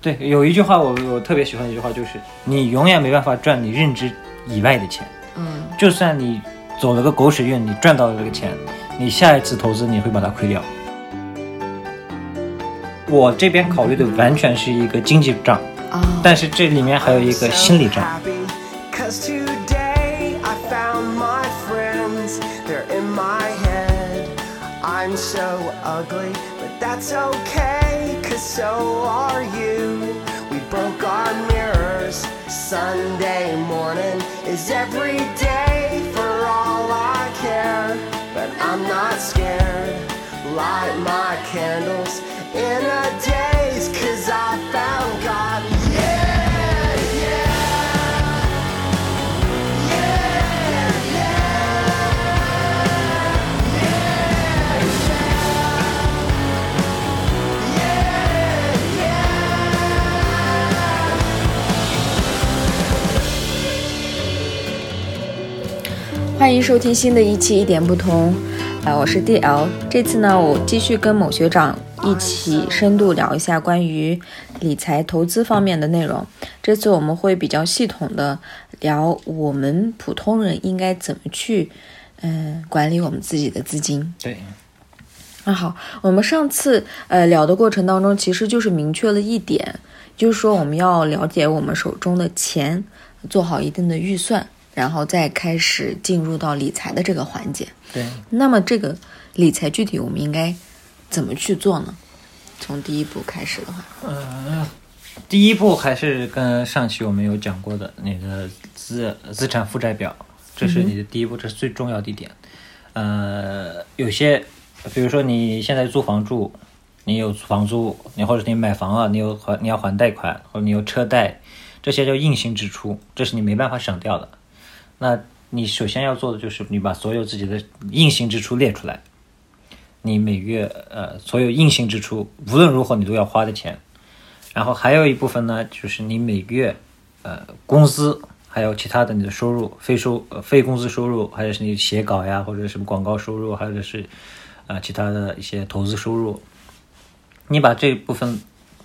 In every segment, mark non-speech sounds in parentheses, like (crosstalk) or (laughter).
对，有一句话我我特别喜欢的一句话就是，你永远没办法赚你认知以外的钱，嗯，就算你走了个狗屎运，你赚到了这个钱，你下一次投资你会把它亏掉。我这边考虑的完全是一个经济账，啊、但是这里面还有一个心理账。 Cause today I found my friends, they're in my head. I'm so ugly, but that's okay, cause so are you. We broke our mirrors. Sunday morning is every day for all I care, but I'm not scared. Light my candles in a daze, cause I found God. Yeah, yeah. yeah. 欢迎收听新的一期《一点不同》，啊，我是 DL。这次呢，我继续跟某学长一起深度聊一下关于理财投资方面的内容。这次我们会比较系统的聊我们普通人应该怎么去，嗯、管理我们自己的资金。对，那好，我们上次呃聊的过程当中，其实就是明确了一点，就是说我们要了解我们手中的钱，做好一定的预算，然后再开始进入到理财的这个环节。对，那么这个理财具体我们应该怎么去做呢？从第一步开始的话，第一步还是跟上期我们有讲过的，你的资资产负债表，这是你的第一步，这是最重要的一点。呃，有些，比如说你现在租房住，你有房租，你或者你买房了，你有还你要还贷款，或者你有车贷，这些叫硬性支出，这是你没办法省掉的。那你首先要做的就是你把所有自己的硬性支出列出来，你每月呃所有硬性支出，无论如何你都要花的钱。然后还有一部分呢，就是你每个月呃工资，还有其他的你的收入，非收呃非工资收入，还有是你写稿呀，或者什么广告收入，还有就是呃其他的一些投资收入。你把这部分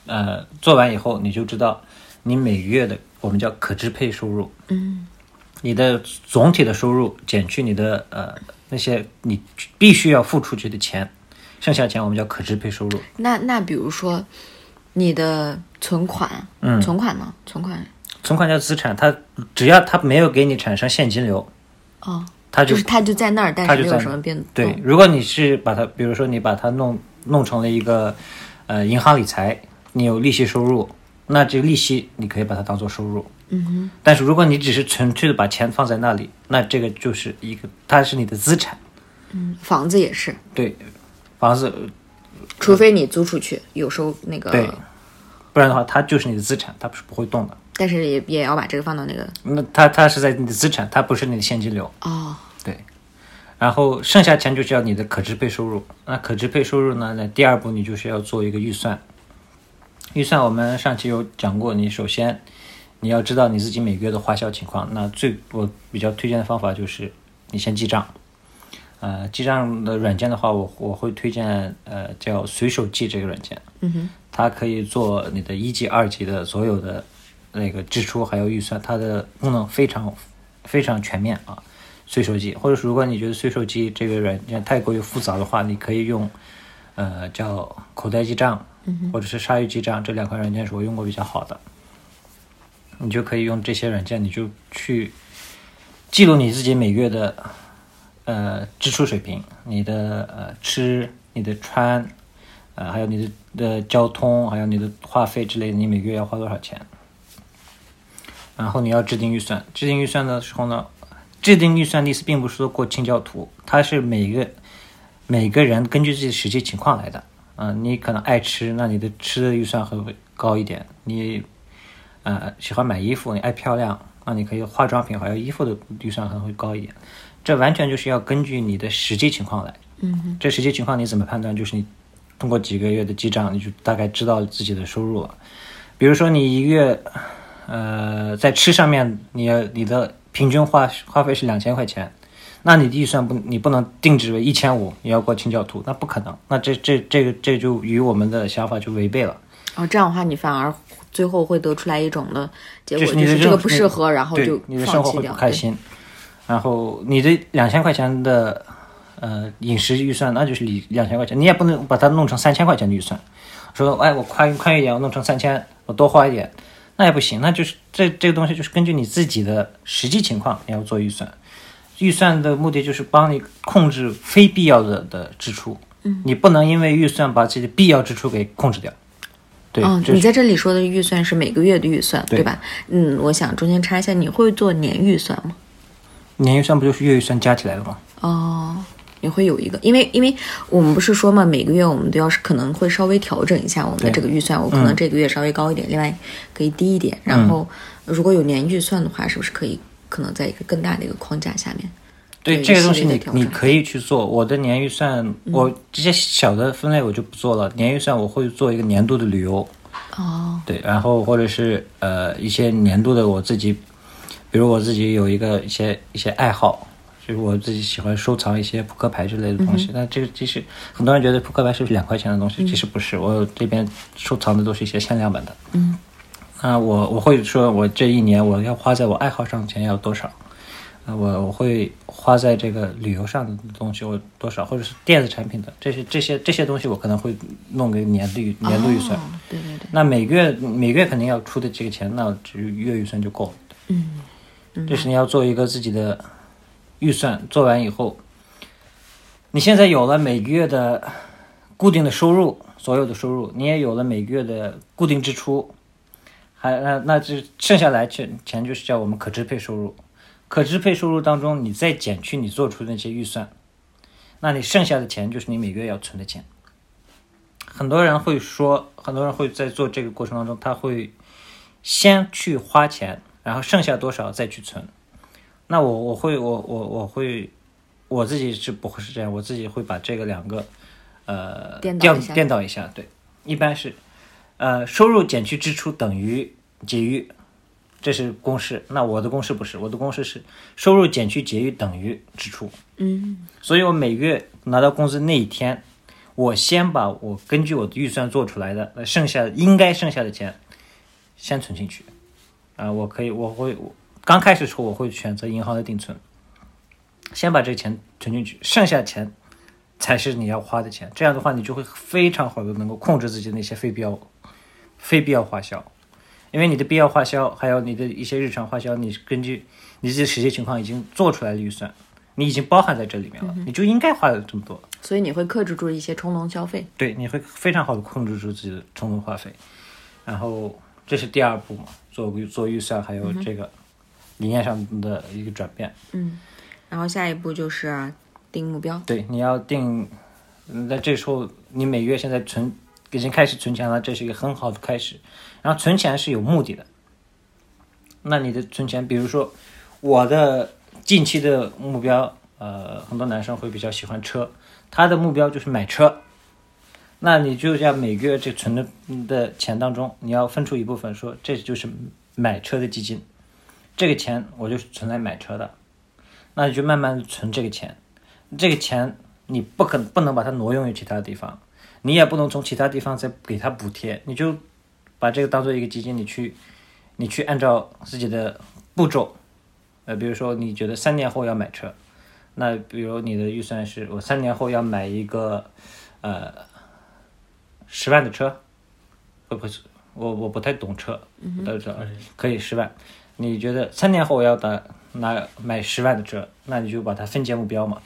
呃做完以后，你就知道你每个月的我们叫可支配收入，嗯，你的总体的收入减去你的呃那些你必须要付出去的钱，剩下的钱我们叫可支配收入。那那比如说你的存款，嗯存款呢？存款存款叫资产，它只要它没有给你产生现金流，哦，它就就是它就在那儿，但它是就没在有什那么儿变动。嗯对。如果你是把它，比如说你把它弄弄成了一个呃银行理财，你有利息收入，那这个利息你可以把它当做收入。嗯哼，但是如果你只是纯粹的把钱放在那里，那这个就是一个它是你的资产。嗯房子也是，对，房子呃除非你租出去有收那个对，不然的话它就是你的资产，它不是不会动的。但是也也要把这个放到那个那它它是在你的资产，它不是你的现金流。哦，对，然后剩下钱就叫你的可支配收入。那可支配收入呢？那第二步你就是要做一个预算。预算我们上期有讲过，你首先你要知道你自己每个月的花销情况。那最我比较推荐的方法就是你先记账。呃，记账的软件的话，我我会推荐呃叫随手记这个软件。嗯哼，它可以做你的一级、二级的所有的那个支出还有预算，它的功能非常非常全面啊。随手记，或者是如果你觉得随手记这个软件太过于复杂的话，你可以用呃叫口袋记账，嗯或者是鲨鱼记账这两款软件是我用过比较好的。你就可以用这些软件，你就去记录你自己每月的呃支出水平，你的呃吃、你的穿，呃还有你的的交通，还有你的话费之类的，你每个月要花多少钱？然后你要制定预算，制定预算的时候呢，制定预算的意思并不是说过清教徒，它是每个每个人根据自己实际情况来的。嗯、你可能爱吃，那你的吃的预算会不会高一点。你呃喜欢买衣服，你爱漂亮，那你可以化妆品还有衣服的预算可能会高一点。这完全就是要根据你的实际情况来。嗯，这实际情况你怎么判断？就是你通过几个月的记账，你就大概知道自己的收入了。比如说你一个月，呃，在吃上面，你你的平均花花费是两千块钱，那你的预算不，你不能定制为一千五，你要过清教徒，那不可能。那这这这个这就与我们的想法就违背了。哦，这样的话你反而最后会得出来一种的结就是果，就你的是这这种个不适合，然后对就你的生放活弃会掉。不开对心。然后你这两千块钱的呃饮食预算，那就是你两千块钱，你也不能把它弄成三千块钱的预算，说哎我宽宽裕一点，我弄成三千，我多花一点，那也不行，那就是这这个东西就是根据你自己的实际情况你要做预算，预算的目的就是帮你控制非必要的的支出，嗯，你不能因为预算把自己的必要支出给控制掉，对，嗯，这你是在这里说的预算是每个月的预算，对对吧？嗯，我想中间插一下，你会做年预算吗？年预算不就是月预算加起来的吗？哦，也会有一个，因为因为我们不是说嘛，每个月我们都要是可能会稍微调整一下我们的对嗯这个预算，我可能这个月稍微高一点，另外可以低一点。然后如果有年预算的话，是不是可以可能在一个更大的一个框架下面？对对这一个东系列西的你调你整可以去做。我的年预算，我这些小的分类我就不做了。年预算我会做一个年度的旅游，哦，对，然后或者是呃一些年度的我自己，比如我自己有一个一些一些爱好，就是我自己喜欢收藏一些扑克牌之类的东西。那这个其实很多人觉得扑克牌是不是两块钱的东西，其实不是。我这边收藏的都是一些限量版的。嗯，那我我会说，我这一年我要花在我爱好上的钱要多少？啊，我我会花在这个旅游上的东西，我多少，或者是电子产品的这些这些这些东西，我可能会弄个年度预年度预算。哦对对对，那每个月每个月肯定要出的这个钱，那只月预算就够了。嗯，就是你要做一个自己的预算，做完以后，你现在有了每个月的固定的收入，所有的收入，你也有了每个月的固定支出，还那那就剩下来钱钱就是叫我们可支配收入。可支配收入当中，你再减去你做出的那些预算，那你剩下的钱就是你每个月要存的钱。很多人会说，很多人会在做这个过程当中，他会先去花钱，然后剩下多少再去存。那我我会我我我会我自己是不会是这样，我自己会把这个两个呃颠倒调一下颠倒一下，对，一般是呃收入减去支出等于结余，这是公式。那我的公式不是，我的公式是收入减去结余等于支出。嗯，所以我每个月拿到工资那一天，我先把我根据我的预算做出来的呃剩下应该剩下的钱，先存进去。啊、我可以，我会我刚开始的时候我会选择银行的定存，先把这个钱存进去，剩下的钱才是你要花的钱。这样的话，你就会非常好的能够控制自己的那些非必要、非必要花销，因为你的必要花销还有你的一些日常花销，你根据你自己的实际情况已经做出来的预算，你已经包含在这里面了，你就应该花的这么多。所以你会克制住一些冲动消费。对，你会非常好的控制住自己的冲动花费。然后这是第二步嘛，做预做预算，还有这个理念上的一个转变。然后下一步就是、啊定目标，对，你要定，嗯在这时候你每月现在存已经开始存钱了，这是一个很好的开始。然后存钱是有目的的，那你的存钱，比如说我的近期的目标，呃，很多男生会比较喜欢车，他的目标就是买车。那你就要每个月这存的的钱当中，你要分出一部分说，这就是买车的基金，这个钱我就是存来买车的，那你就慢慢地存这个钱，这个钱你不可不能把它挪用于其他地方，你也不能从其他地方再给它补贴，你就把这个当做一个基金，你去你去按照自己的步骤，呃，比如说你觉得三年后要买车，那比如你的预算是我三年后要买一个呃十万的车，呃会不会是？我我不太懂车，嗯但是可以十万。你觉得三年后我要打拿买十万的车，那你就把它分解目标嘛。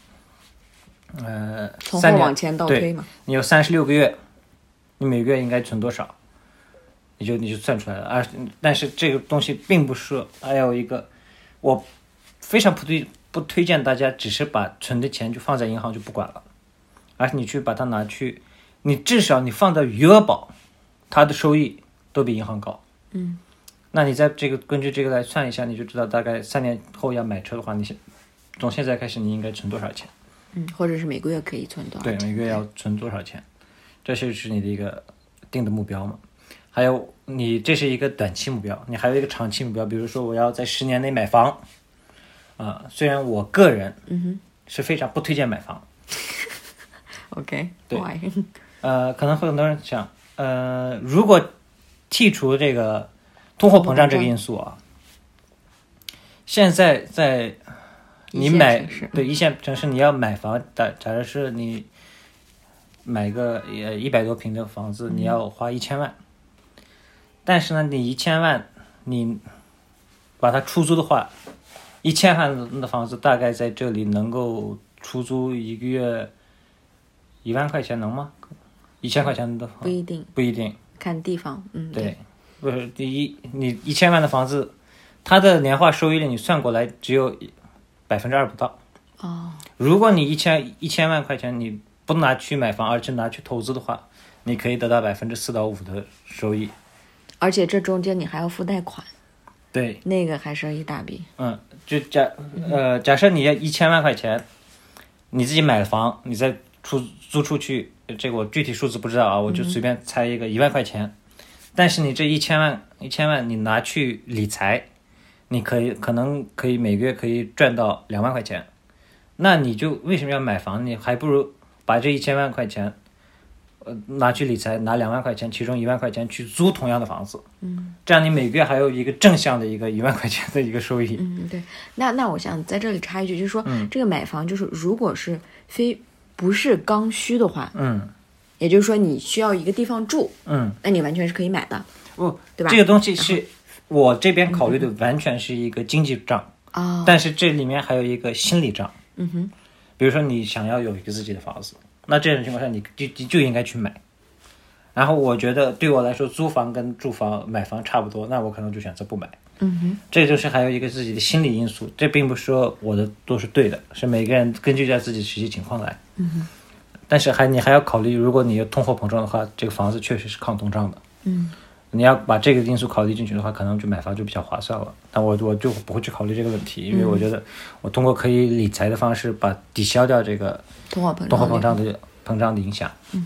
呃，从三后年往前倒推嘛。对你有三十六个月，你每个月应该存多少？你就你就算出来了。而但是这个东西并不是还有一个，我非常不推不推荐大家只是把存的钱就放在银行就不管了，而是哎你去把它拿去，你至少你放到余额宝，它的收益都比银行高。嗯，那你在这个根据这个来算一下，你就知道大概三年后要买车的话，你现从现在开始你应该存多少钱。嗯，或者是每个月可以存多少对，钱？每个月要存多少钱，这就是你的一个定的目标嘛。还有你这是一个短期目标，你还有一个长期目标，比如说我要在十年内买房，啊、虽然我个人是非常不推荐买房， OK，对 why？ (laughs) 呃，可能会很多人想，呃，如果剔除这个通货膨胀这个因素啊，现在在你一线买城市对一线城市，你要买房，假假如是你买个呃一百多平的房子，你要花一千万，但是呢，你一千万你把它出租的话，一千万的房子大概在这里能够出租一个月一万块钱能吗？一千块钱的房不一定不一定，看地方，嗯，对，不是第一，你一千万的房子，它的年化收益率你算过来只有百分之二不到。哦，如果你一千一千万块钱你不拿去买房，而是拿去投资的话，你可以得到百分之四到五的收益。而且这中间你还要付贷款，对，那个还是一大笔。嗯，就假呃，假设你要一千万块钱，你自己买了房，你再出租出去，呃这个我具体数字不知道啊，我就随便猜一个一万块钱。但是你这一千万一千万你拿去理财，你可以可能可以每个月可以赚到两万块钱，那你就为什么要买房？你还不如把这一千万块钱，呃，拿去理财，拿两万块钱，其中一万块钱去租同样的房子，嗯，这样你每个月还有一个正向的一个一万块钱的一个收益，嗯，对。那那我想在这里插一句，就是说、嗯这个买房就是如果是非不是刚需的话，嗯也就是说你需要一个地方住，嗯，那你完全是可以买的不，对嗯吧这个东西是我这边考虑的，完全是一个经济账，啊。但是这里面还有一个心理账。嗯哼，比如说你想要有一个自己的房子，那这种情况下你就就就应该去买。然后我觉得对我来说，租房跟住房、买房差不多，那我可能就选择不买。嗯哼，这就是还有一个自己的心理因素，这并不是说我的都是对的，是每个人根据在自己实际情况来。嗯哼，但是还你还要考虑，如果你有通货膨胀的话，这个房子确实是抗通胀的。嗯，你要把这个因素考虑进去的话，可能就买房就比较划算了。但我我就不会去考虑这个问题，嗯因为我觉得我通过可以理财的方式把抵消掉这个通货膨胀，通货膨胀的膨胀的影响。嗯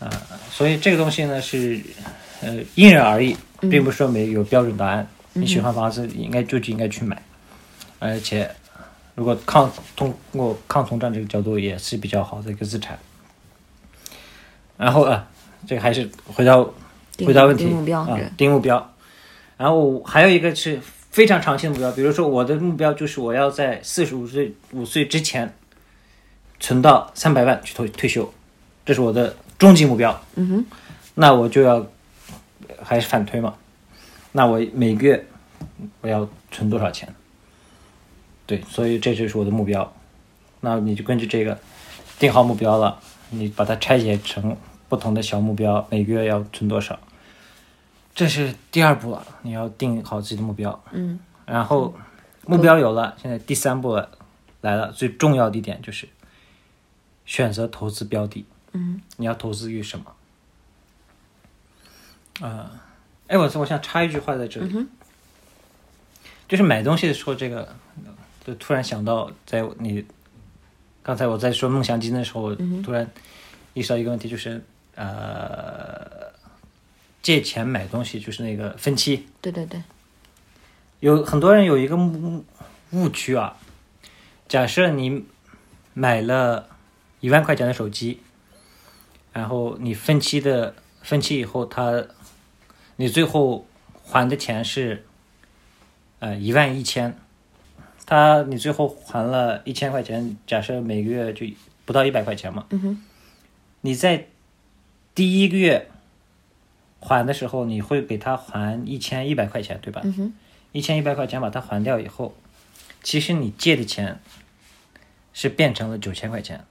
哼，啊、所以这个东西呢是呃因人而异，嗯并不是说没有标准答案。你喜欢房子，应该就应该去买，而且如果抗通过抗通胀这个角度也是比较好的一个资产。然后啊，这个还是回到定回答问题定目标啊是，定目标。然后我还有一个是非常长期的目标，比如说我的目标就是我要在四十五岁五岁之前存到三百万去退退休，这是我的终极目标。嗯哼，那我就要还是反推嘛，那我每个月我要存多少钱？对，所以这就是我的目标。那你就根据这个定好目标了，你把它拆解成不同的小目标，每个月要存多少？这是第二步了，你要定好自己的目标。嗯，然后目标有了，现在第三步了来了，最重要的一点就是选择投资标的。嗯，你要投资于什么？啊、哎，我我想插一句话在嗯这里，就是买东西的时候，这个就突然想到，在你刚才我在说梦想基金的时候，我突然意识到一个问题，就是呃，借钱买东西就是那个分期，对对对，有很多人有一个误误区啊，假设你买了一万块钱的手机，然后你分期的分期以后它，你最后还的钱是呃一万一千，他你最后还了一千块钱，假设每个月就不到一百块钱嘛，嗯哼，你在第一个月还的时候，你会给他还一千一百块钱，对吧？嗯哼，一千一百块钱把它还掉以后，其实你借的钱是变成了九千块钱，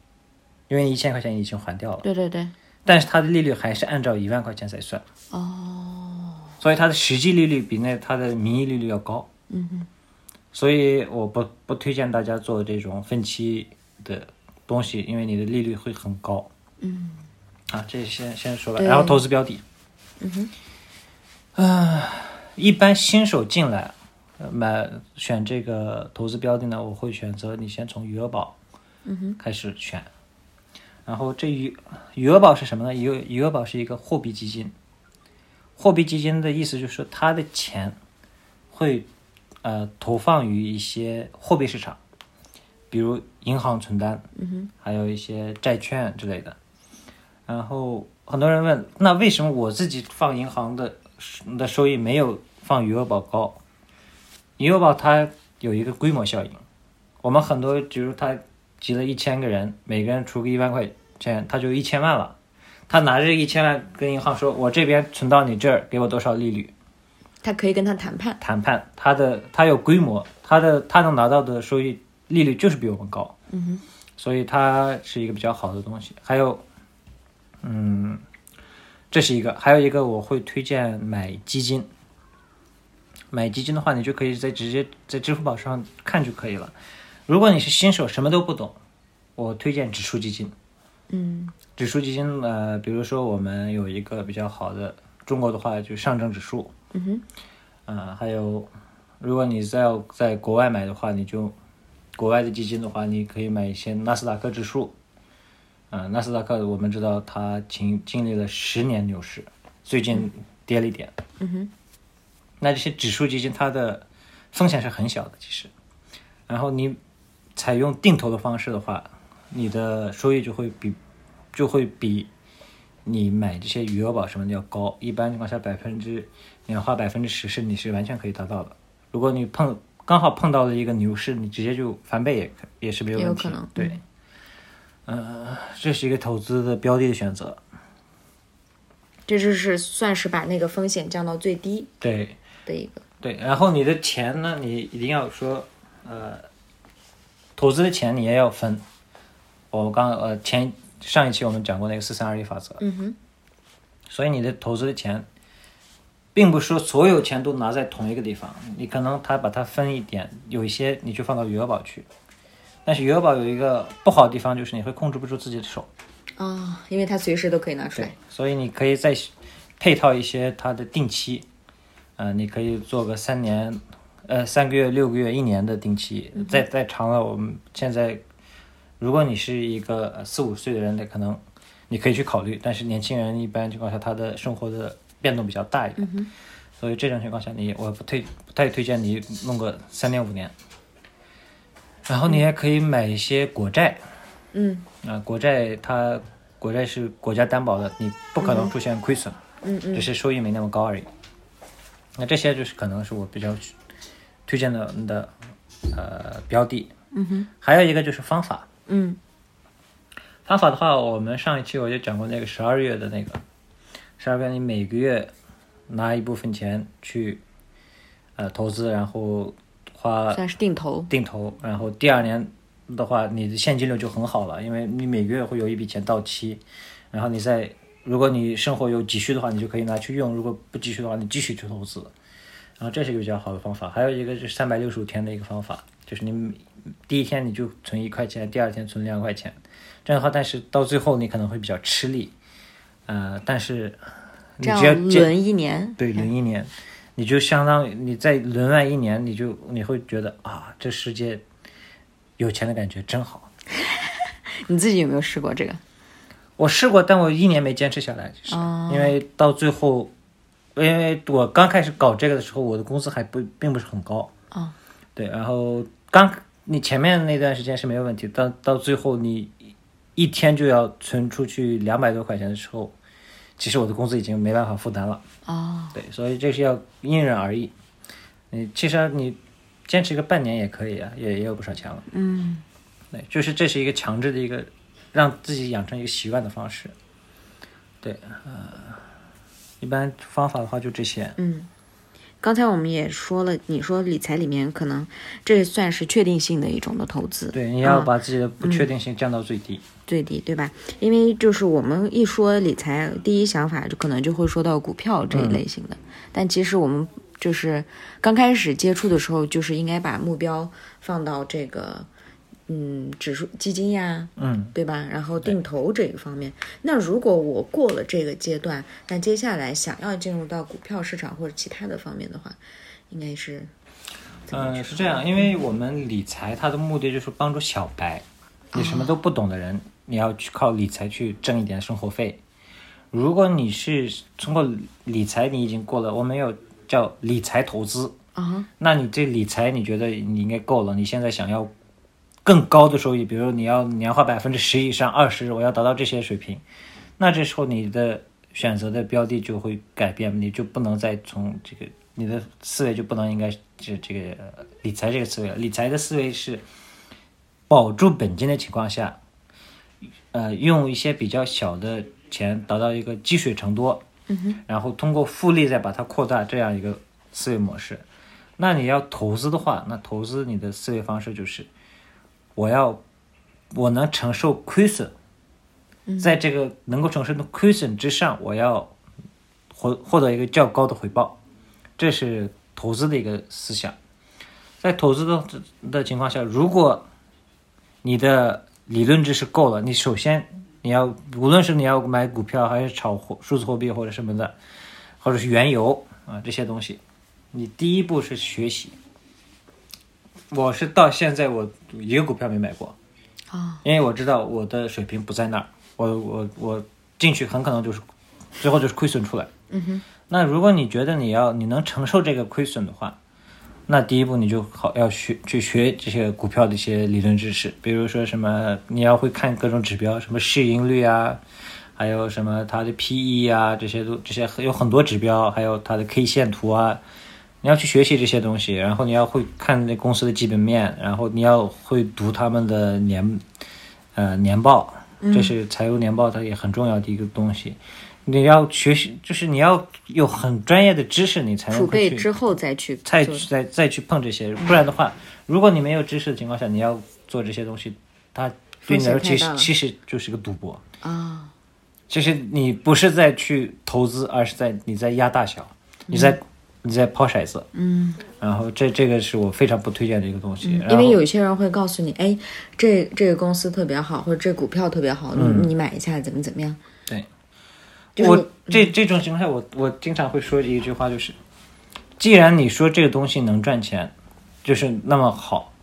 因为一千块钱已经还掉了，对对对，但是它的利率还是按照一万块钱在算，哦，所以它的实际利率比那它的名义利率要高。嗯哼，所以我不不推荐大家做这种分期的东西，因为你的利率会很高。嗯，啊，这先先说完，对然后投资标的。嗯哼，啊、一般新手进来呃买选这个投资标的呢，我会选择你先从余额宝嗯哼，开始选，然后这余余额宝是什么呢？余额余额宝是一个货币基金，货币基金的意思就是说它的钱会呃投放于一些货币市场，比如银行存单，嗯哼，还有一些债券之类的。然后很多人问，那为什么我自己放银行的的收益没有放余额宝高。余额宝它有一个规模效应，我们很多，比如他集了一千个人，每个人出个一万块钱，他就一千万了。他拿着一千万跟银行说：“我这边存到你这儿，给我多少利率他可以跟他谈判？”。谈判，他的他有规模，他的他能拿到的收益利率就是比我们高。嗯哼，所以它是一个比较好的东西。还有，嗯，这是一个，还有一个我会推荐买基金。买基金的话，你就可以在直接在支付宝上看就可以了。如果你是新手，什么都不懂，我推荐指数基金。嗯指数基金，呃，比如说我们有一个比较好的，中国的话就上证指数，嗯哼，呃，还有，如果你在在国外买的话，你就国外的基金的话，你可以买一些纳斯达克指数，呃，纳斯达克我们知道它经经历了十年牛市，最近跌了一点，嗯哼，那这些指数基金它的风险是很小的，其实，然后你采用定投的方式的话，你的收益就会比就会比你买这些余额宝什么的要高。一般情况下，百分之年化百分之十是你是完全可以达到的。如果你碰刚好碰到了一个牛市，你直接就翻倍也可也是没有也有问题。可能对，呃，这是一个投资的标的的选择。这就是算是把那个风险降到最低对，的一个。对，然后你的钱呢，你一定要说，呃，投资的钱你也要分。我刚呃前上一期我们讲过那个四三二一法则，嗯哼，所以你的投资的钱，并不是说所有钱都拿在同一个地方，你可能它把它分一点，有一些你就放到余额宝去。但是余额宝有一个不好的地方，就是你会控制不住自己的手，啊、因为它随时都可以拿出对来。，所以你可以再配套一些它的定期，呃，你可以做个三年，呃，三个月、六个月、一年的定期，再再长了，我们现在，如果你是一个呃四五岁的人，那可能你可以去考虑，但是年轻人一般情况下，他的生活的变动比较大一点，所以这种情况下你，我不推不太推荐你弄个三年五年，然后你也可以买一些国债。嗯啊，国债它国债是国家担保的，你不可能出现亏损，嗯只嗯，是收益没那么高而已。那这些就是可能是我比较去推荐的的呃标的。嗯哼。还有一个就是方法，嗯方法的话，我们上一期我就讲过那个十二月的那个，十二月你每个月拿一部分钱去呃投资，然后花算是定投。定投，然后第二年的话，你的现金流就很好了，因为你每个月会有一笔钱到期，然后你再如果你生活有急需的话，你就可以拿去用；如果不急需的话，你继续去投资。然后这是一个比较好的方法，还有一个就是三百六十五天的一个方法，就是你每第一天你就存一块钱，第二天存两块钱，这样的话，但是到最后你可能会比较吃力，呃，但是你这只要样坚轮一年，对，零一年，你就相当于你在轮完一年，你就你会觉得啊，这世界有钱的感觉真好。你自己有没有试过这个？我试过，但我一年没坚持下来，就是、哦因为到最后，因为呃我刚开始搞这个的时候，我的工资还不并不是很高，哦，对，然后刚你前面那段时间是没有问题，到到最后你一天就要存出去两百多块钱的时候，其实我的工资已经没办法负担了。哦，对，所以这是要因人而异。你其实你坚持个半年也可以啊，也也有不少钱了。嗯，对，就是这是一个强制的一个让自己养成一个习惯的方式。对，呃，一般方法的话就这些。刚才我们也说了，你说理财里面可能这算是确定性的一种的投资，对，你要啊把自己的不确定性降到最低。最低，对吧？因为就是我们一说理财，第一想法就可能就会说到股票嗯这一类型的，但其实我们就是刚开始接触的时候，就是应该把目标放到这个嗯指数基金呀，嗯，对吧？然后定投这个方面，那如果我过了这个阶段，那接下来想要进入到股票市场或者其他的方面的话，应该是怎么嗯，去是这样，因为我们理财它的目的就是帮助小白，你什哦么都不懂的人，你要去靠理财去挣一点生活费。如果你是通过理财，你已经过了，我们有叫理财投资，啊？那你这理财你觉得你应该够了？你现在想要更高的收益，比如你要年化百分之十以上、二十，我要达到这些水平，那这时候你的选择的标的就会改变，你就不能再从这个你的思维就不能应该这这个呃理财这个思维了。理财的思维是保住本金的情况下，呃，用一些比较小的钱达到一个积水成多，然后通过复利再把它扩大这样一个思维模式。那你要投资的话，那投资你的思维方式就是我要我能承受亏损，在这个能够承受的亏损之上，我要获获得一个较高的回报，这是投资的一个思想。在投资的的情况下，如果你的理论知识够了，你首先你要无论是你要买股票还是炒货数字货币或者什么的，或者是原油啊这些东西，你第一步是学习。我是到现在我一个股票没买过，啊、因为我知道我的水平不在那儿，我我我进去很可能就是最后就是亏损出来。嗯哼。那如果你觉得你要你能承受这个亏损的话，那第一步你就好要学去学这些股票的一些理论知识，比如说什么你要会看各种指标，什么市盈率啊，还有什么它的 PE 啊，这些都这些有很多指标，还有它的 K 线图啊，你要去学习这些东西，然后你要会看那公司的基本面，然后你要会读他们的年呃年报，嗯这是财务年报它也很重要的一个东西。你要学习，就是你要有很专业的知识，你才能储会备去之后再去再做去再再去碰这些，不然的话，如果你没有知识的情况下，你要做这些东西，它对你风险而太言其大实了其实就是个赌博。啊，其实你不是在去投资，而是在你在压大小，嗯你在、你在抛骰子。嗯。然后这这个是我非常不推荐的一个东西，然嗯因后为有些人会告诉你，哎，这这个公司特别好，或者这股票特别好，嗯你你买一下怎么怎么样？对，就是嗯我这这种情况下，我我经常会说一句话，就是，既然你说这个东西能赚钱，就是那么好，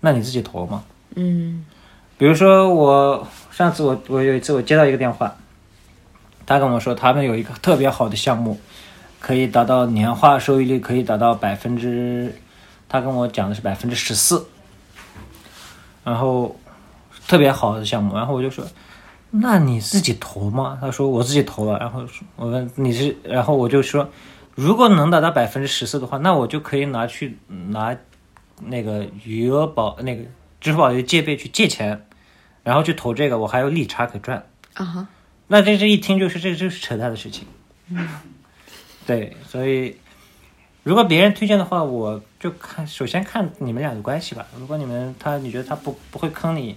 那你自己投吗？嗯比如说我上次我我有一次我接到一个电话，他跟我说他们有一个特别好的项目，可以达到年化收益率可以达到百分之，他跟我讲的是百分之十四，然后特别好的项目，然后我就说。那你自己投吗？他说我自己投了，然后说我问你是，然后我就说，如果能达到百分之十四的话，那我就可以拿去拿那个余额宝那个支付宝的借呗去借钱，然后去投这个，我还有利差可赚。啊哈，那这这一听就是这就是扯淡的事情。对，所以如果别人推荐的话，我就看首先看你们俩的关系吧。如果你们他你觉得他不不会坑你，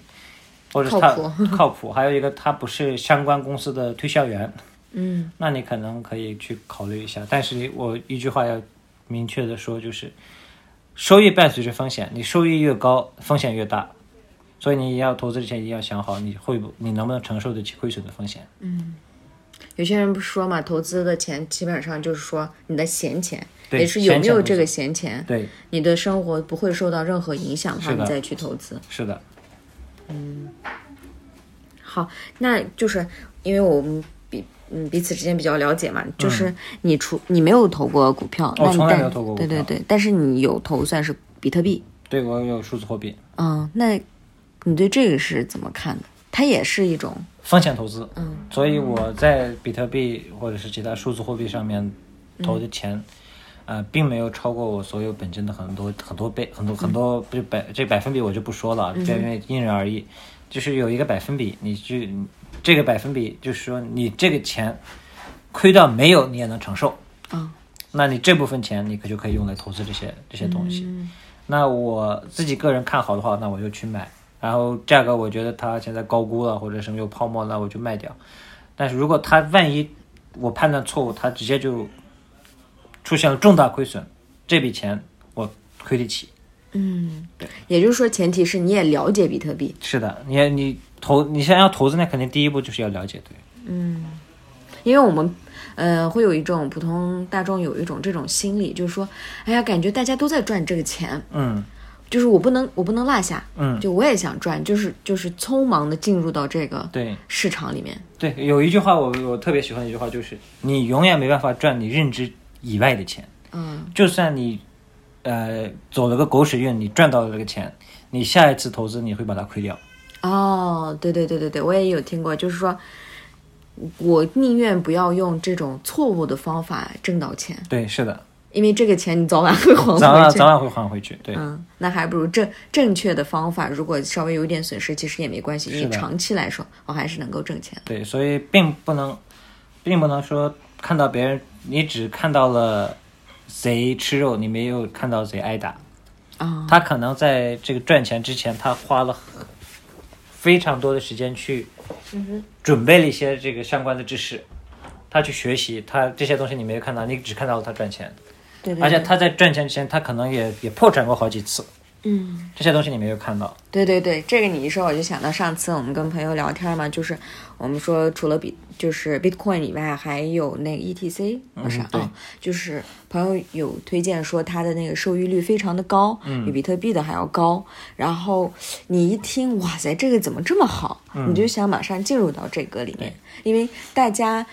或者是他靠谱靠谱，还有一个他不是相关公司的推销员，嗯那你可能可以去考虑一下。但是我一句话要明确的说，就是收益伴随着风险，你收益越高，风险越大。所以你要投资之前一定要想好，你会不你能不能承受得起亏损的风险？有些人不是说嘛，投资的钱基本上就是说你的闲钱，对也是有没闲有钱这个闲钱，对，你的生活不会受到任何影响的话，是的你再去投资。是的，好，那就是因为我们彼嗯彼此之间比较了解嘛，就是你除你没有投过股票，那嗯你哦从来但没有投过股对对票对，但是你有投算是比特币，对我有数字货币，嗯，那你对这个是怎么看的？它也是一种风险投资。嗯，所以我在比特币或者是其他数字货币上面投的钱，呃，并没有超过我所有本金的很多很多倍，很多很多不是百这百分比我就不说了，这因为因人而异，就是有一个百分比，你去这个百分比就是说你这个钱亏到没有你也能承受。啊，那你这部分钱你可就可以用来投资这些这些东西。那我自己个人看好的话，那我就去买。然后价格我觉得它现在高估了，或者什么有泡沫，那我就卖掉。但是如果它万一我判断错误，它直接就出现了重大亏损，这笔钱我亏得起。也就是说前提是你也了解比特币，是的，你你投你现在要投资，那肯定第一步就是要了解，对。因为我们，呃，会有一种普通大众有一种这种心理，就是说，哎呀，感觉大家都在赚这个钱，嗯，就是我不能我不能落下，嗯就我也想赚，就是就是匆忙的进入到这个对市场里面，对，有一句话我我特别喜欢一句话，就是你永远没办法赚你认知以外的钱。嗯就算你呃走了个狗屎运，你赚到了这个钱，你下一次投资你会把它亏掉。哦，对对对对对，我也有听过，就是说，我宁愿不要用这种错误的方法挣到钱，对，是的，因为这个钱你早晚哦会还回去。早晚早晚会还回去，对，嗯，那还不如正正确的方法，如果稍微有一点损失，其实也没关系，因是为的长期来说，我还是能够挣钱。对，所以并不能，并不能说看到别人，你只看到了贼吃肉，你没有看到贼挨打。啊他可能在这个赚钱之前，他花了很非常多的时间去准备了一些这个相关的知识，他去学习，他这些东西你没有看到，你只看到了他赚钱，对对对，而且他在赚钱之前，他可能也也破产过好几次，嗯，这些东西你没有看到。对对对，这个你一说我就想到上次我们跟朋友聊天嘛，就是我们说除了比就是 Bitcoin 以外，还有那个 E ETC 不是啊、嗯对就是朋友有推荐说它的那个收益率非常的高，嗯比比特币的还要高。然后你一听，哇塞，这个怎么这么好？嗯你就想马上进入到这个里面，因为大家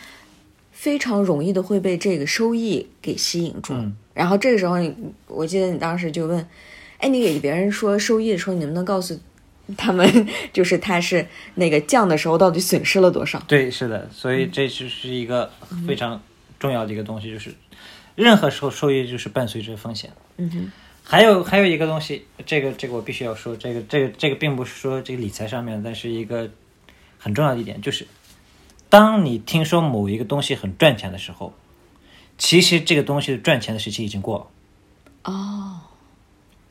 非常容易的会被这个收益给吸引住。嗯然后这个时候你，我记得你当时就问，哎，你给别人说收益的时候，你能不能告诉他们，就是他是那个降的时候到底损失了多少？对，是的，所嗯以这就是一个非常重要的一个东西，就是任何时候收益就是伴随着风险。嗯哼，还有还有一个东西，这个这个我必须要说，这个这个这个并不是说这个理财上面，但是一个很重要的一点就是，当你听说某一个东西很赚钱的时候，其实这个东西的赚钱的时期已经过了。哦，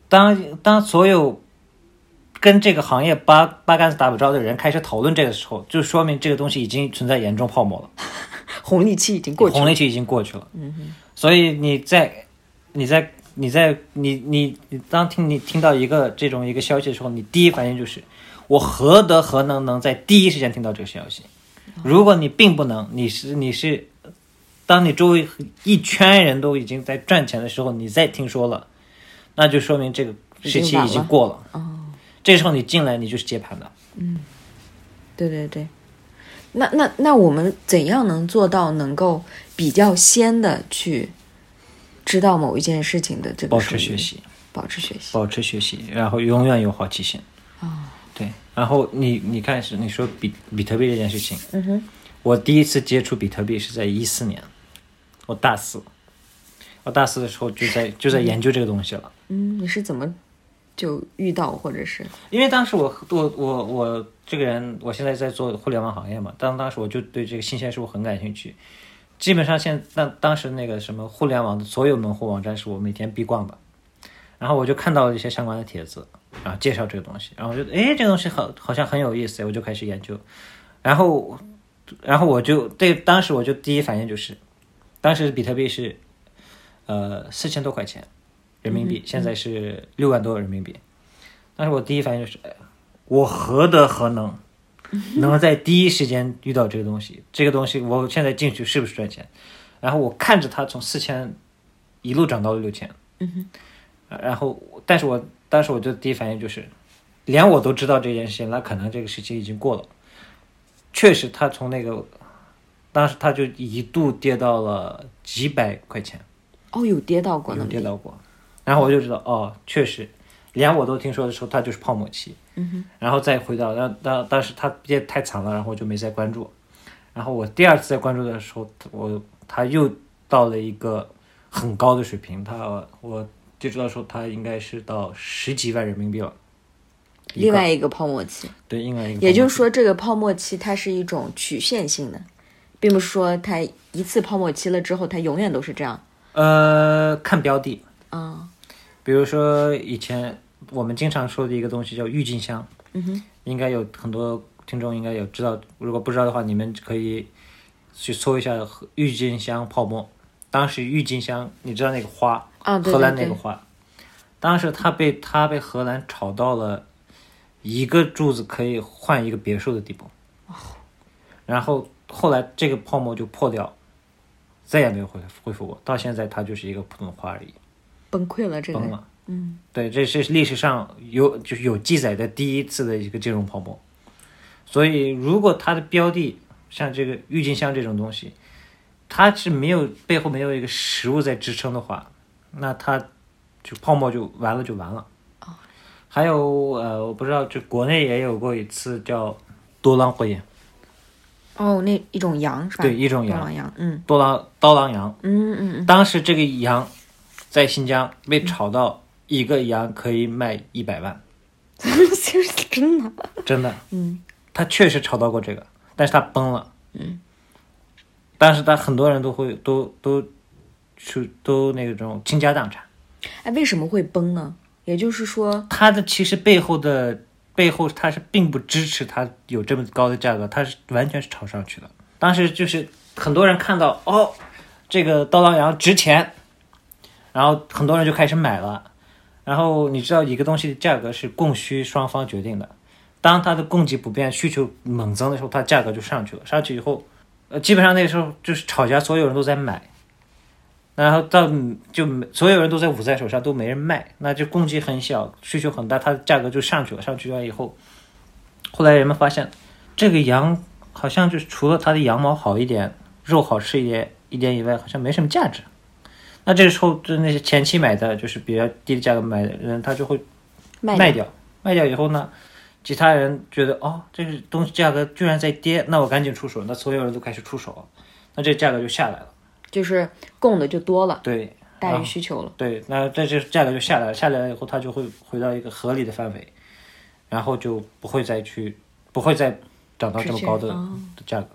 当当所有跟这个行业八八竿子打不着的人开始讨论这个时候，就说明这个东西已经存在严重泡沫了。红利期已经过去红了利。期已经过去了。所以你在你在你在你你你当听你听到一个这种一个消息的时候，你第一反应就是我何德何能能在第一时间听到这个消息？如果你并不能，你是你是，当你周围一圈人都已经在赚钱的时候，你再听说了，那就说明这个时期已经过了。哦这时候你进来，你就是接盘的。对对对，那那那我们怎样能做到能够比较先的去知道某一件事情的这个保收持益学习，保持学习？保持学习，然后永远有好奇心。对，然后你你看是你说比比特币这件事情，嗯哼，我第一次接触比特币是在一四年，我大四，我大四的时候就在就在研究这个东西了，嗯，你是怎么就遇到或者是因为当时我我我我这个人，我现在在做互联网行业嘛，当当时我就对这个新鲜事物很感兴趣，基本上现当当时那个什么互联网的所有门户网站是我每天必逛的，然后我就看到了一些相关的帖子，然后介绍这个东西，然后我觉得诶这个东西好好像很有意思，我就开始研究，然后然后我就对当时我就第一反应就是，当时比特币是呃四千多块钱人民币，现在是六万多人民币。但是我第一反应就是，哎我何德何能，能在第一时间遇到这个东西？这个东西我现在进去是不是赚钱？然后我看着它从四千一路涨到了六千，嗯然后但是我当时我就第一反应就是，连我都知道这件事情，那可能这个时期已经过了。确实，它从那个当时它就一度跌到了几百块钱，哦有跌到过那有么跌低到过，然后我就知道哦，确实，连我都听说的时候，它就是泡沫期。嗯、然后再回到，但但但是它跌太惨了，然后我就没再关注。然后我第二次再关注的时候，我它又到了一个很高的水平，它我就知道说它应该是到十几万人民币了。一另个外一个泡沫期。对，应该一个泡沫也就是期说，这个泡沫期它是一种曲线性的，并不是说它一次泡沫期了之后，它永远都是这样。呃，看标的，嗯比如说以前我们经常说的一个东西叫郁金香，嗯哼，应该有很多听众应该有知道，如果不知道的话，你们可以去搜一下郁金香泡沫。当时郁金香，你知道那个花，啊对荷兰对那个对花，当时它被它被荷兰炒到了一个柱子可以换一个别墅的地步，然后后来这个泡沫就破掉，再也没有恢恢复过，到现在它就是一个普通的花而已，崩溃了这个崩了。嗯，对，这是历史上有就是有记载的第一次的一个金融泡沫。所以，如果它的标的像这个郁金香这种东西，它是没有背后没有一个实物在支撑的话，那它就泡沫就完了就完了。哦还有呃，我不知道，就国内也有过一次叫多浪火眼，哦，那一种羊是吧？对一种羊多狼羊，嗯多狼刀郎羊。嗯嗯嗯，当时这个羊在新疆被炒到一个羊可以卖一百万，这是 (laughs) 真的。真的。嗯，他确实炒到过这个，但是他崩了。嗯，但是他很多人都会都都去都那种倾家荡产。哎，为什么会崩呢？也就是说，他的其实背后的背后，他是并不支持他有这么高的价格，他是完全是炒上去的。当时就是很多人看到哦，这个刀郎羊值钱，然后很多人就开始买了。然后你知道一个东西的价格是供需双方决定的，当它的供给不变、需求猛增的时候，它价格就上去了。上去以后，呃，基本上那时候就是炒家所有人都在买，然后到就没所有人都在捂在手上，都没人卖，那就供给很小，需求很大，它的价格就上去了。上去了以后，后来人们发现，这个羊好像就是除了它的羊毛好一点，肉好吃一点一点以外，好像没什么价值。那这时候，就那些前期买的，就是比较低的价格买的人，他就会卖卖掉，卖掉以后呢，其他人觉得哦，这个东西价格居然在跌，那我赶紧出手，那所有人都开始出手，那这价格就下来了。就是供的就多了，对，大然于后需求了。对，那这就是价格就下来了，下来了以后它就会回到一个合理的范围，然后就不会再去，不会再涨到这么高的之前哦的价格。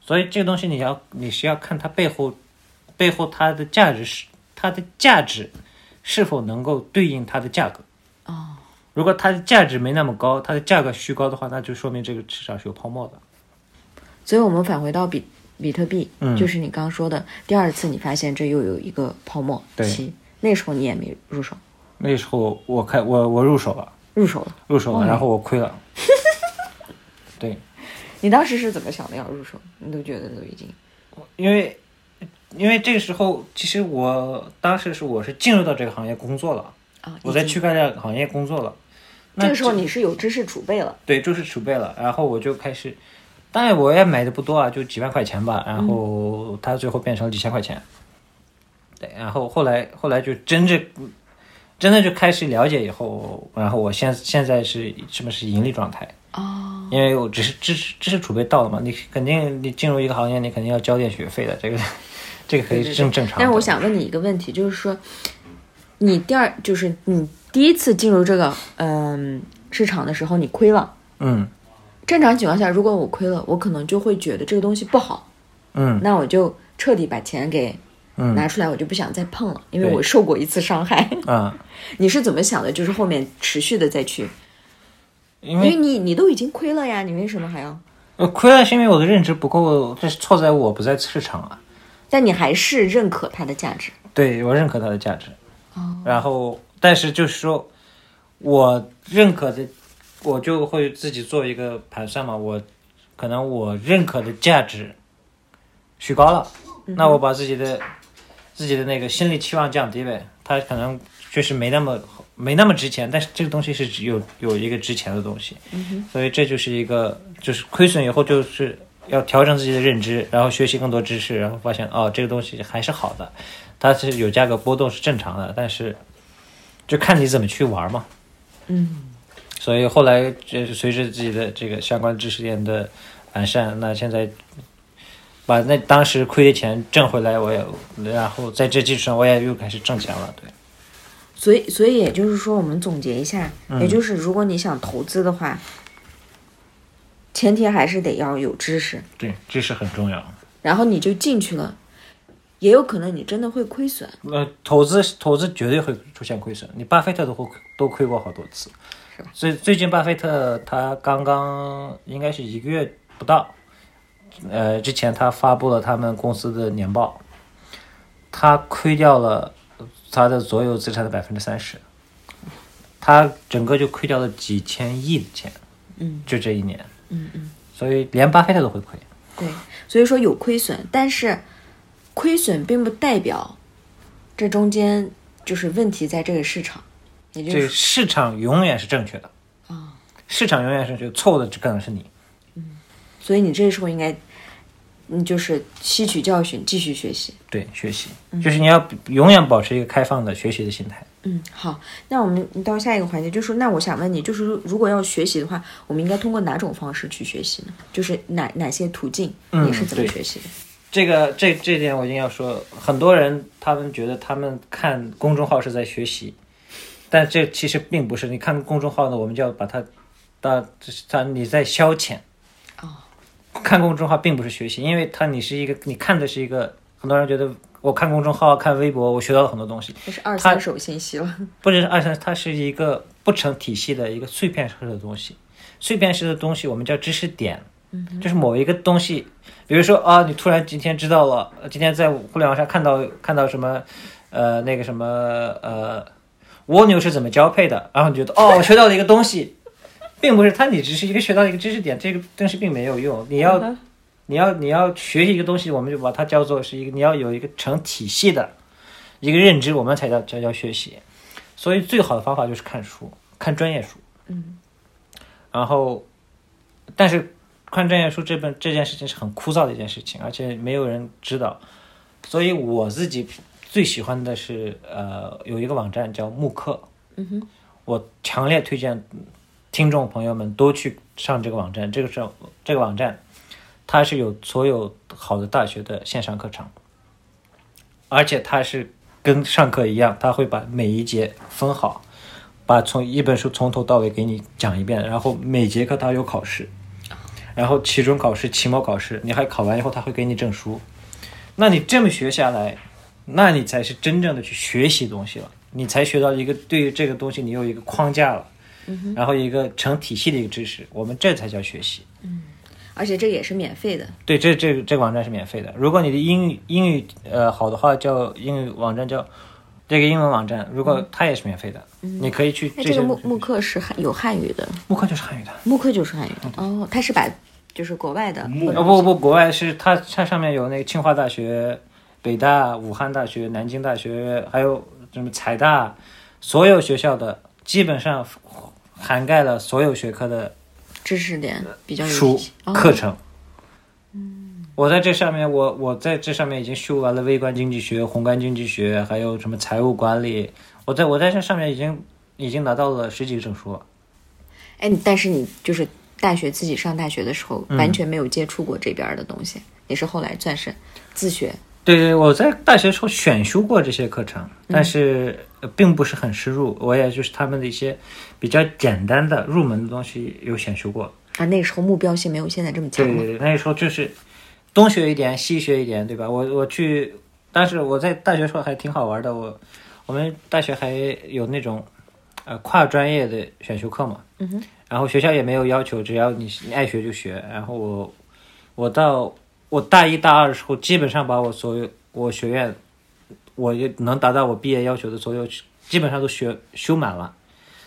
所以这个东西你要你是要看它背后，背后它的价值是它的价值是否能够对应它的价格。哦，如果它的价值没那么高，它的价格虚高的话，那就说明这个市场是有泡沫的。所以我们返回到比比特币，嗯就是你刚刚说的第二次，你发现这又有一个泡沫对期，那时候你也没入手，那时候我开我我入手了，入手了。入手了，然后我亏了。 (laughs) 对，你当时是怎么想的要入手？你都觉得都已经因为因为这个时候，其实我当时是我是进入到这个行业工作了，啊，我在已经躯干这个行业工作了。那啊这个时候你是有知识储备了，对知识储备了，然后我就开始，当然我也买的不多啊，就几万块钱吧，然嗯后它最后变成了几千块钱。对，然后后来后来就真正真的就开始了解以后，然后我现现在是什么是盈利状态？哦，因为我只是知识知识储备到了嘛，你肯定你进入一个行业，你肯定要交点学费的，这个这个可以对对正正常的。但是我想问你一个问题，就是说，你第二就是你第一次进入这个嗯、市场的时候，你亏了。嗯正常情况下，如果我亏了，我可能就会觉得这个东西不好，嗯那我就彻底把钱给嗯拿出来，我就不想再碰了，因为对我受过一次伤害。 (laughs) 啊，你是怎么想的？就是后面持续的再去，因因为为你你都已经亏了呀，你为什么还要？呃亏了是因为我的认知不够，这是错在我不在市场啊。但你还是认可它的价值。对我认可它的价值，哦，然后但是就是说，我认可的，我就会自己做一个盘算嘛。我可能我认可的价值虚高了，那我把自己的自己的那个心理期望降低呗。它可能确实没那么没那么值钱，但是这个东西是只有有一个值钱的东西，所以这就是一个就是亏损以后就是。要调整自己的认知，然后学习更多知识，然后发现哦，这个东西还是好的，它是有价格波动是正常的，但是就看你怎么去玩嘛。嗯，所以后来这随着自己的这个相关知识点的完善，那现在把那当时亏的钱挣回来，我也然后在这基础上我也又开始挣钱了。对，所以所以也就是说，我们总结一下，嗯也就是如果你想投资的话，前提还是得要有知识，对，知识很重要。然后你就进去了，也有可能你真的会亏损。呃，投资投资绝对会出现亏损，你巴菲特都会都亏过好多次。最最近巴菲特他刚刚应该是一个月不到，呃，之前他发布了他们公司的年报，他亏掉了他的所有资产的百分之三十，他整个就亏掉了几千亿的钱，嗯，就这一年，嗯嗯，所以连巴菲特都会亏，对，所以说有亏损，但是亏损并不代表这中间就是问题在这个市场，也就这是个市场永远是正确的，啊、市场永远是正确的，错的只可能是你。所以你这时候应该嗯，就是吸取教训，继续学习。对，学习就是你要永远保持一个开放的学习的心态。嗯，好，那我们到下一个环节，就是那我想问你，就是如果要学习的话，我们应该通过哪种方式去学习呢？就是哪哪些途径？嗯你是怎么对学习的？这个这这点我一定要说，很多人他们觉得他们看公众号是在学习，但这其实并不是。你看公众号呢，我们就要把它当这是它你在消遣。哦看公众号并不是学习，因为它你是一个你看的是一个，很多人觉得我看公众号、看微博，我学到了很多东西，这是二他三手信息了。不只是二三，它是一个不成体系的一个碎片式的东西。碎片式的东西我们叫知识点，就是某一个东西，比如说啊，你突然今天知道了，呃今天在互联网上看到看到什么，呃，那个什么呃，蜗牛是怎么交配的，然后你觉得哦，我学到了一个东西，并不是它，你只是一个学到一个知识点，这个东西并没有用，你要。你要你要学习一个东西，我们就把它叫做是一个你要有一个成体系的一个认知，我们才叫才叫学习。所以最好的方法就是看书，看专业书。嗯。然后，但是看专业书这本这件事情是很枯燥的一件事情，而且没有人知道。所以我自己最喜欢的是呃有一个网站叫慕课，嗯哼，我强烈推荐听众朋友们都去上这个网站。这个是这个网站，它是有所有好的大学的线上课程，而且它是跟上课一样，它会把每一节分好，把从一本书从头到尾给你讲一遍，然后每节课它有考试，然后期中考试、期末考试，你还考完以后，它会给你证书。那你这么学下来，那你才是真正的去学习东西了，你才学到一个对于这个东西你有一个框架了，然后一个成体系的一个知识，我们这才叫学习。 (laughs) 而且这也是免费的。对，这这这个网站是免费的。如果你的英语英语呃好的话，叫英语网站叫这个英文网站，如果它也是免费的，你可以去嗯那这这些个慕慕课是汉有汉语的，慕课就是汉语的。慕课就是汉语的。哦，它是把就是国外的或者哦嗯不不，国外是它它上面有那个清华大学、北大、武汉大学、南京大学，还有什么财大，所有学校的基本上涵盖了所有学科的知识点比较有书哦课程。我在这上面，我我在这上面已经修完了微观经济学、宏观经济学，还有什么财务管理。我在我在这上面已经已经拿到了十几个证书了。哎，你但是你就是大学自己上大学的时嗯候，完全没有接触过这边儿的东西，也是后来算是自学。对对，我在大学时候选修过这些课程，嗯但是呃并不是很深入。我也就是他们的一些比较简单的入门的东西有选修过。啊，那个时候目标性没有现在这么强对了。对对，那时候就是东学一点，西学一点，对吧？我我去，当时我在大学时候还挺好玩的。我我们大学还有那种呃跨专业的选修课嘛，嗯哼，然后学校也没有要求，只要你你爱学就学。然后我我到我大一大二的时候，基本上把我所有我学院我也能达到我毕业要求的所有，基本上都学修满了。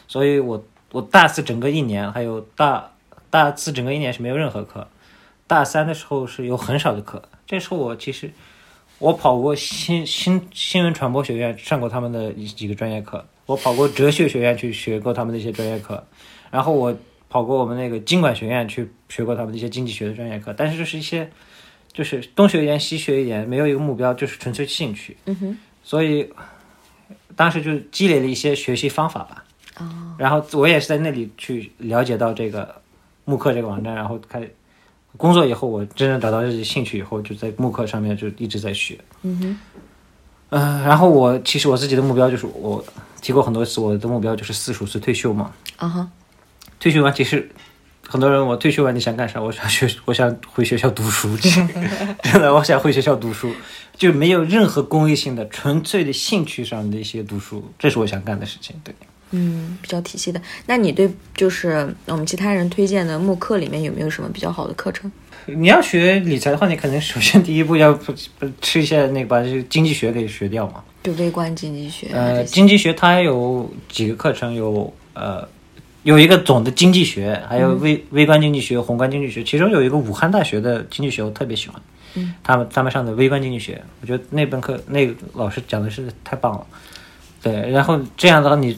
所以我我大四整个一年，还有大大四整个一年是没有任何课，大三的时候是有很少的课。这时候我其实我跑过新新新闻传播学院上过他们的一几个专业课，我跑过哲学学院去学过他们的一些专业课，然后我跑过我们那个经管学院去学过他们的一些经济学的专业课，但是就是一些就是东学一点西学一点，没有一个目标，就是纯粹兴趣，嗯哼，所以当时就积累了一些学习方法吧。哦，然后我也是在那里去了解到这个慕课这个网站，然后开工作以后，我真正找到自己兴趣以后，就在慕课上面就一直在学。嗯哼，嗯、然后我其实我自己的目标就是，我提过很多次，我的目标就是四十五岁退休嘛。啊哈，退休完，其实很多人我退休完你想干啥？我想学，我想回学校读 (laughs) 书，真的，我想回学校读书，就没有任何公益性的，纯粹的兴趣上的一些读书，这是我想干的事情。对。嗯，比较体系的。那你对就是嗯我们其他人推荐的慕课里面有没有什么比较好的课程？你要学理财的话，你肯定首先第一步要不不吃一下那个把这个经济学给学掉嘛。就微观经济学啊呃，这些经济学它有几个课程，有呃有一个总的经济学，还嗯有微、微观经济学、宏观经济学。其中有一个武汉大学的经济学，我特别喜欢，嗯他们他们上的微观经济学，我觉得那本课那个老师讲的是太棒了。对，然后这样的话，你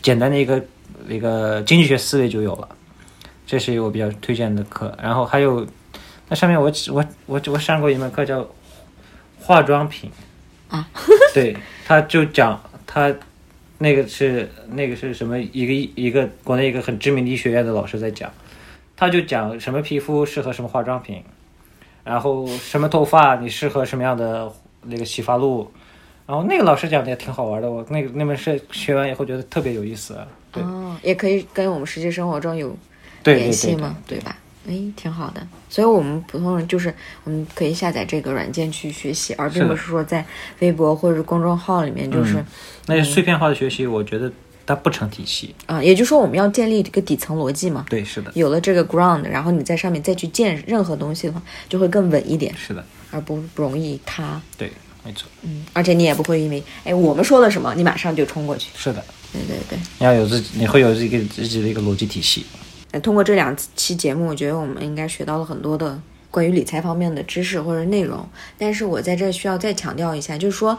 简单的一个一个经济学思维就有了，这是我比较推荐的课。然后还有，那上面我只我我我上过一门课叫化妆品啊， (laughs) 对，他就讲他那个是那个是什么一个一个国内一个很知名的医学院的老师在讲，他就讲什么皮肤适合什么化妆品，然后什么头发你适合什么样的那个洗发露，然后那个老师讲的也挺好玩的，我那个那门是学完以后觉得特别有意思，对、哦，也可以跟我们实际生活中有对对联系对嘛，对吧？哎，挺好的。所以，我们普通人就是我们可以下载这个软件去学习，而是并的嗯不是说在微博或者是公众号里面，就是啊、那些碎片化的学习，我觉得它不成体系。呃也就是说我们要建立一个底层逻辑嘛。对，是的，有了这个 ground，然后你在上面再去建任何东西的话，就会更稳一点，是的，而不不容易塌。对，没错，嗯，而且你也不会因为哎我们说了什么，你马上就冲过去。是的，对对对。你要有自己，你会有自己的自己的一个逻辑体系。呃，通过这两期节目，我觉得我们应该学到了很多的关于理财方面的知识或者内容。但是我在这需要再强调一下，就是说，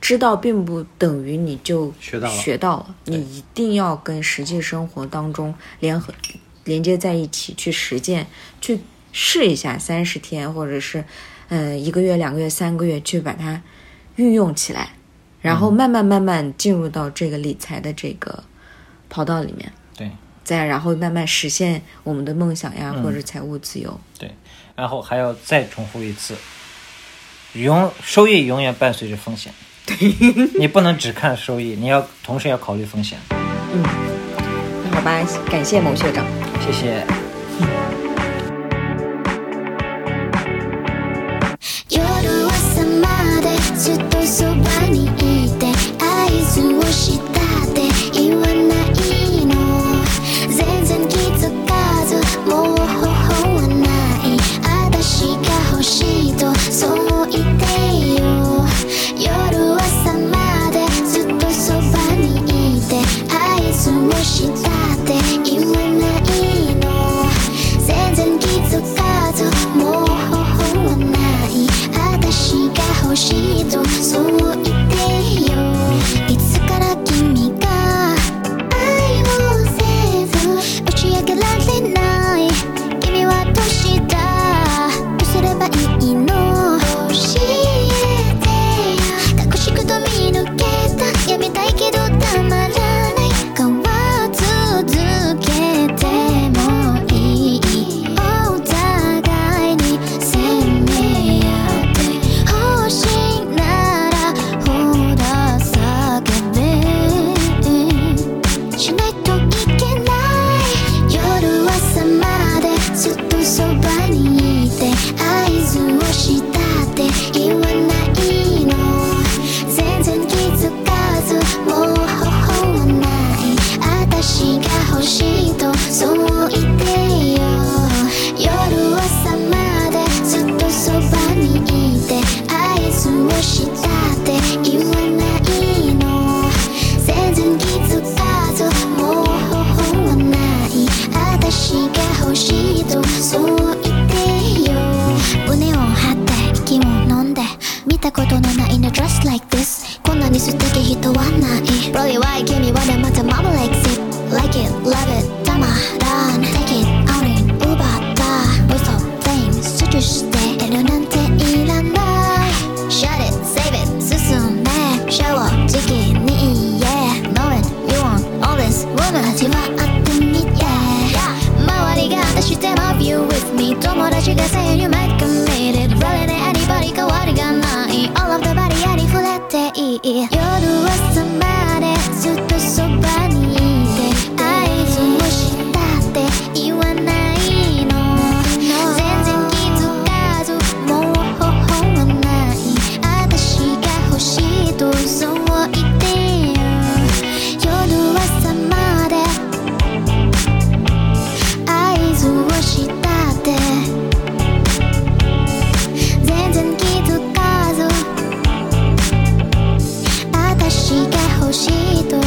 知道并不等于你就学到了学到了，你一定要跟实际生活当中联合连接在一起去实践，去试一下三十天或者是嗯、呃一个月、两个月、三个月去把它运用起来，然嗯后慢慢慢慢进入到这个理财的这个跑道里面。对再然后慢慢实现我们的梦想呀，或者财务自由。对，然后还要再重复一次，永收益永远伴随着风险。对，你不能只看收益，你要同时要考虑风险。好吧，感谢某学长。谢谢。夜は朝までずっとそばにいて合図をしたって言わないの全然気づかずもう頬はない私が欲しいとそう言ってよ夜朝までずっとそばにいて合図をしたって言わないの全然気づかずもう頬はない私が欲しいとそう言ってよいつから君が愛をせず打ち上げられない君はどうしたどうすればいいの教えてよ隠しくと見抜けたやめたいけどたまらない変わらず続けてもいいお互いに攻め合って欲しいならほら叫べしないといけない夜朝までずっとそばにいて合図をしたって言わないの全然気づかずもう頬はない私が欲しいとそう言ってよ夜朝までずっとそばにいて合図をしたって言わないの全然気づかずもう頬はない私が欲しいとそう言ってよ胸を張って息を飲んで見たことのないの Just like this こんなに素敵人はない Probably why 君はまた Mama likes it Like it, love it たまらん Take it, own it 奪った Whistle, thing 処置しているなんていらない Shut it, save it 進め正直に言え Know it, you want all this woman 味わってみて周りが私で love you with me 友達が say you might commit it Really ね anybody 変わりがない All of the body あり触れていい夜朝までずっとそばにいて合図をしたって言わないの全然気づかずもう頬はない私が欲しいとそう言ってよ夜朝まで合図をしたって全然気づかず私が欲しいと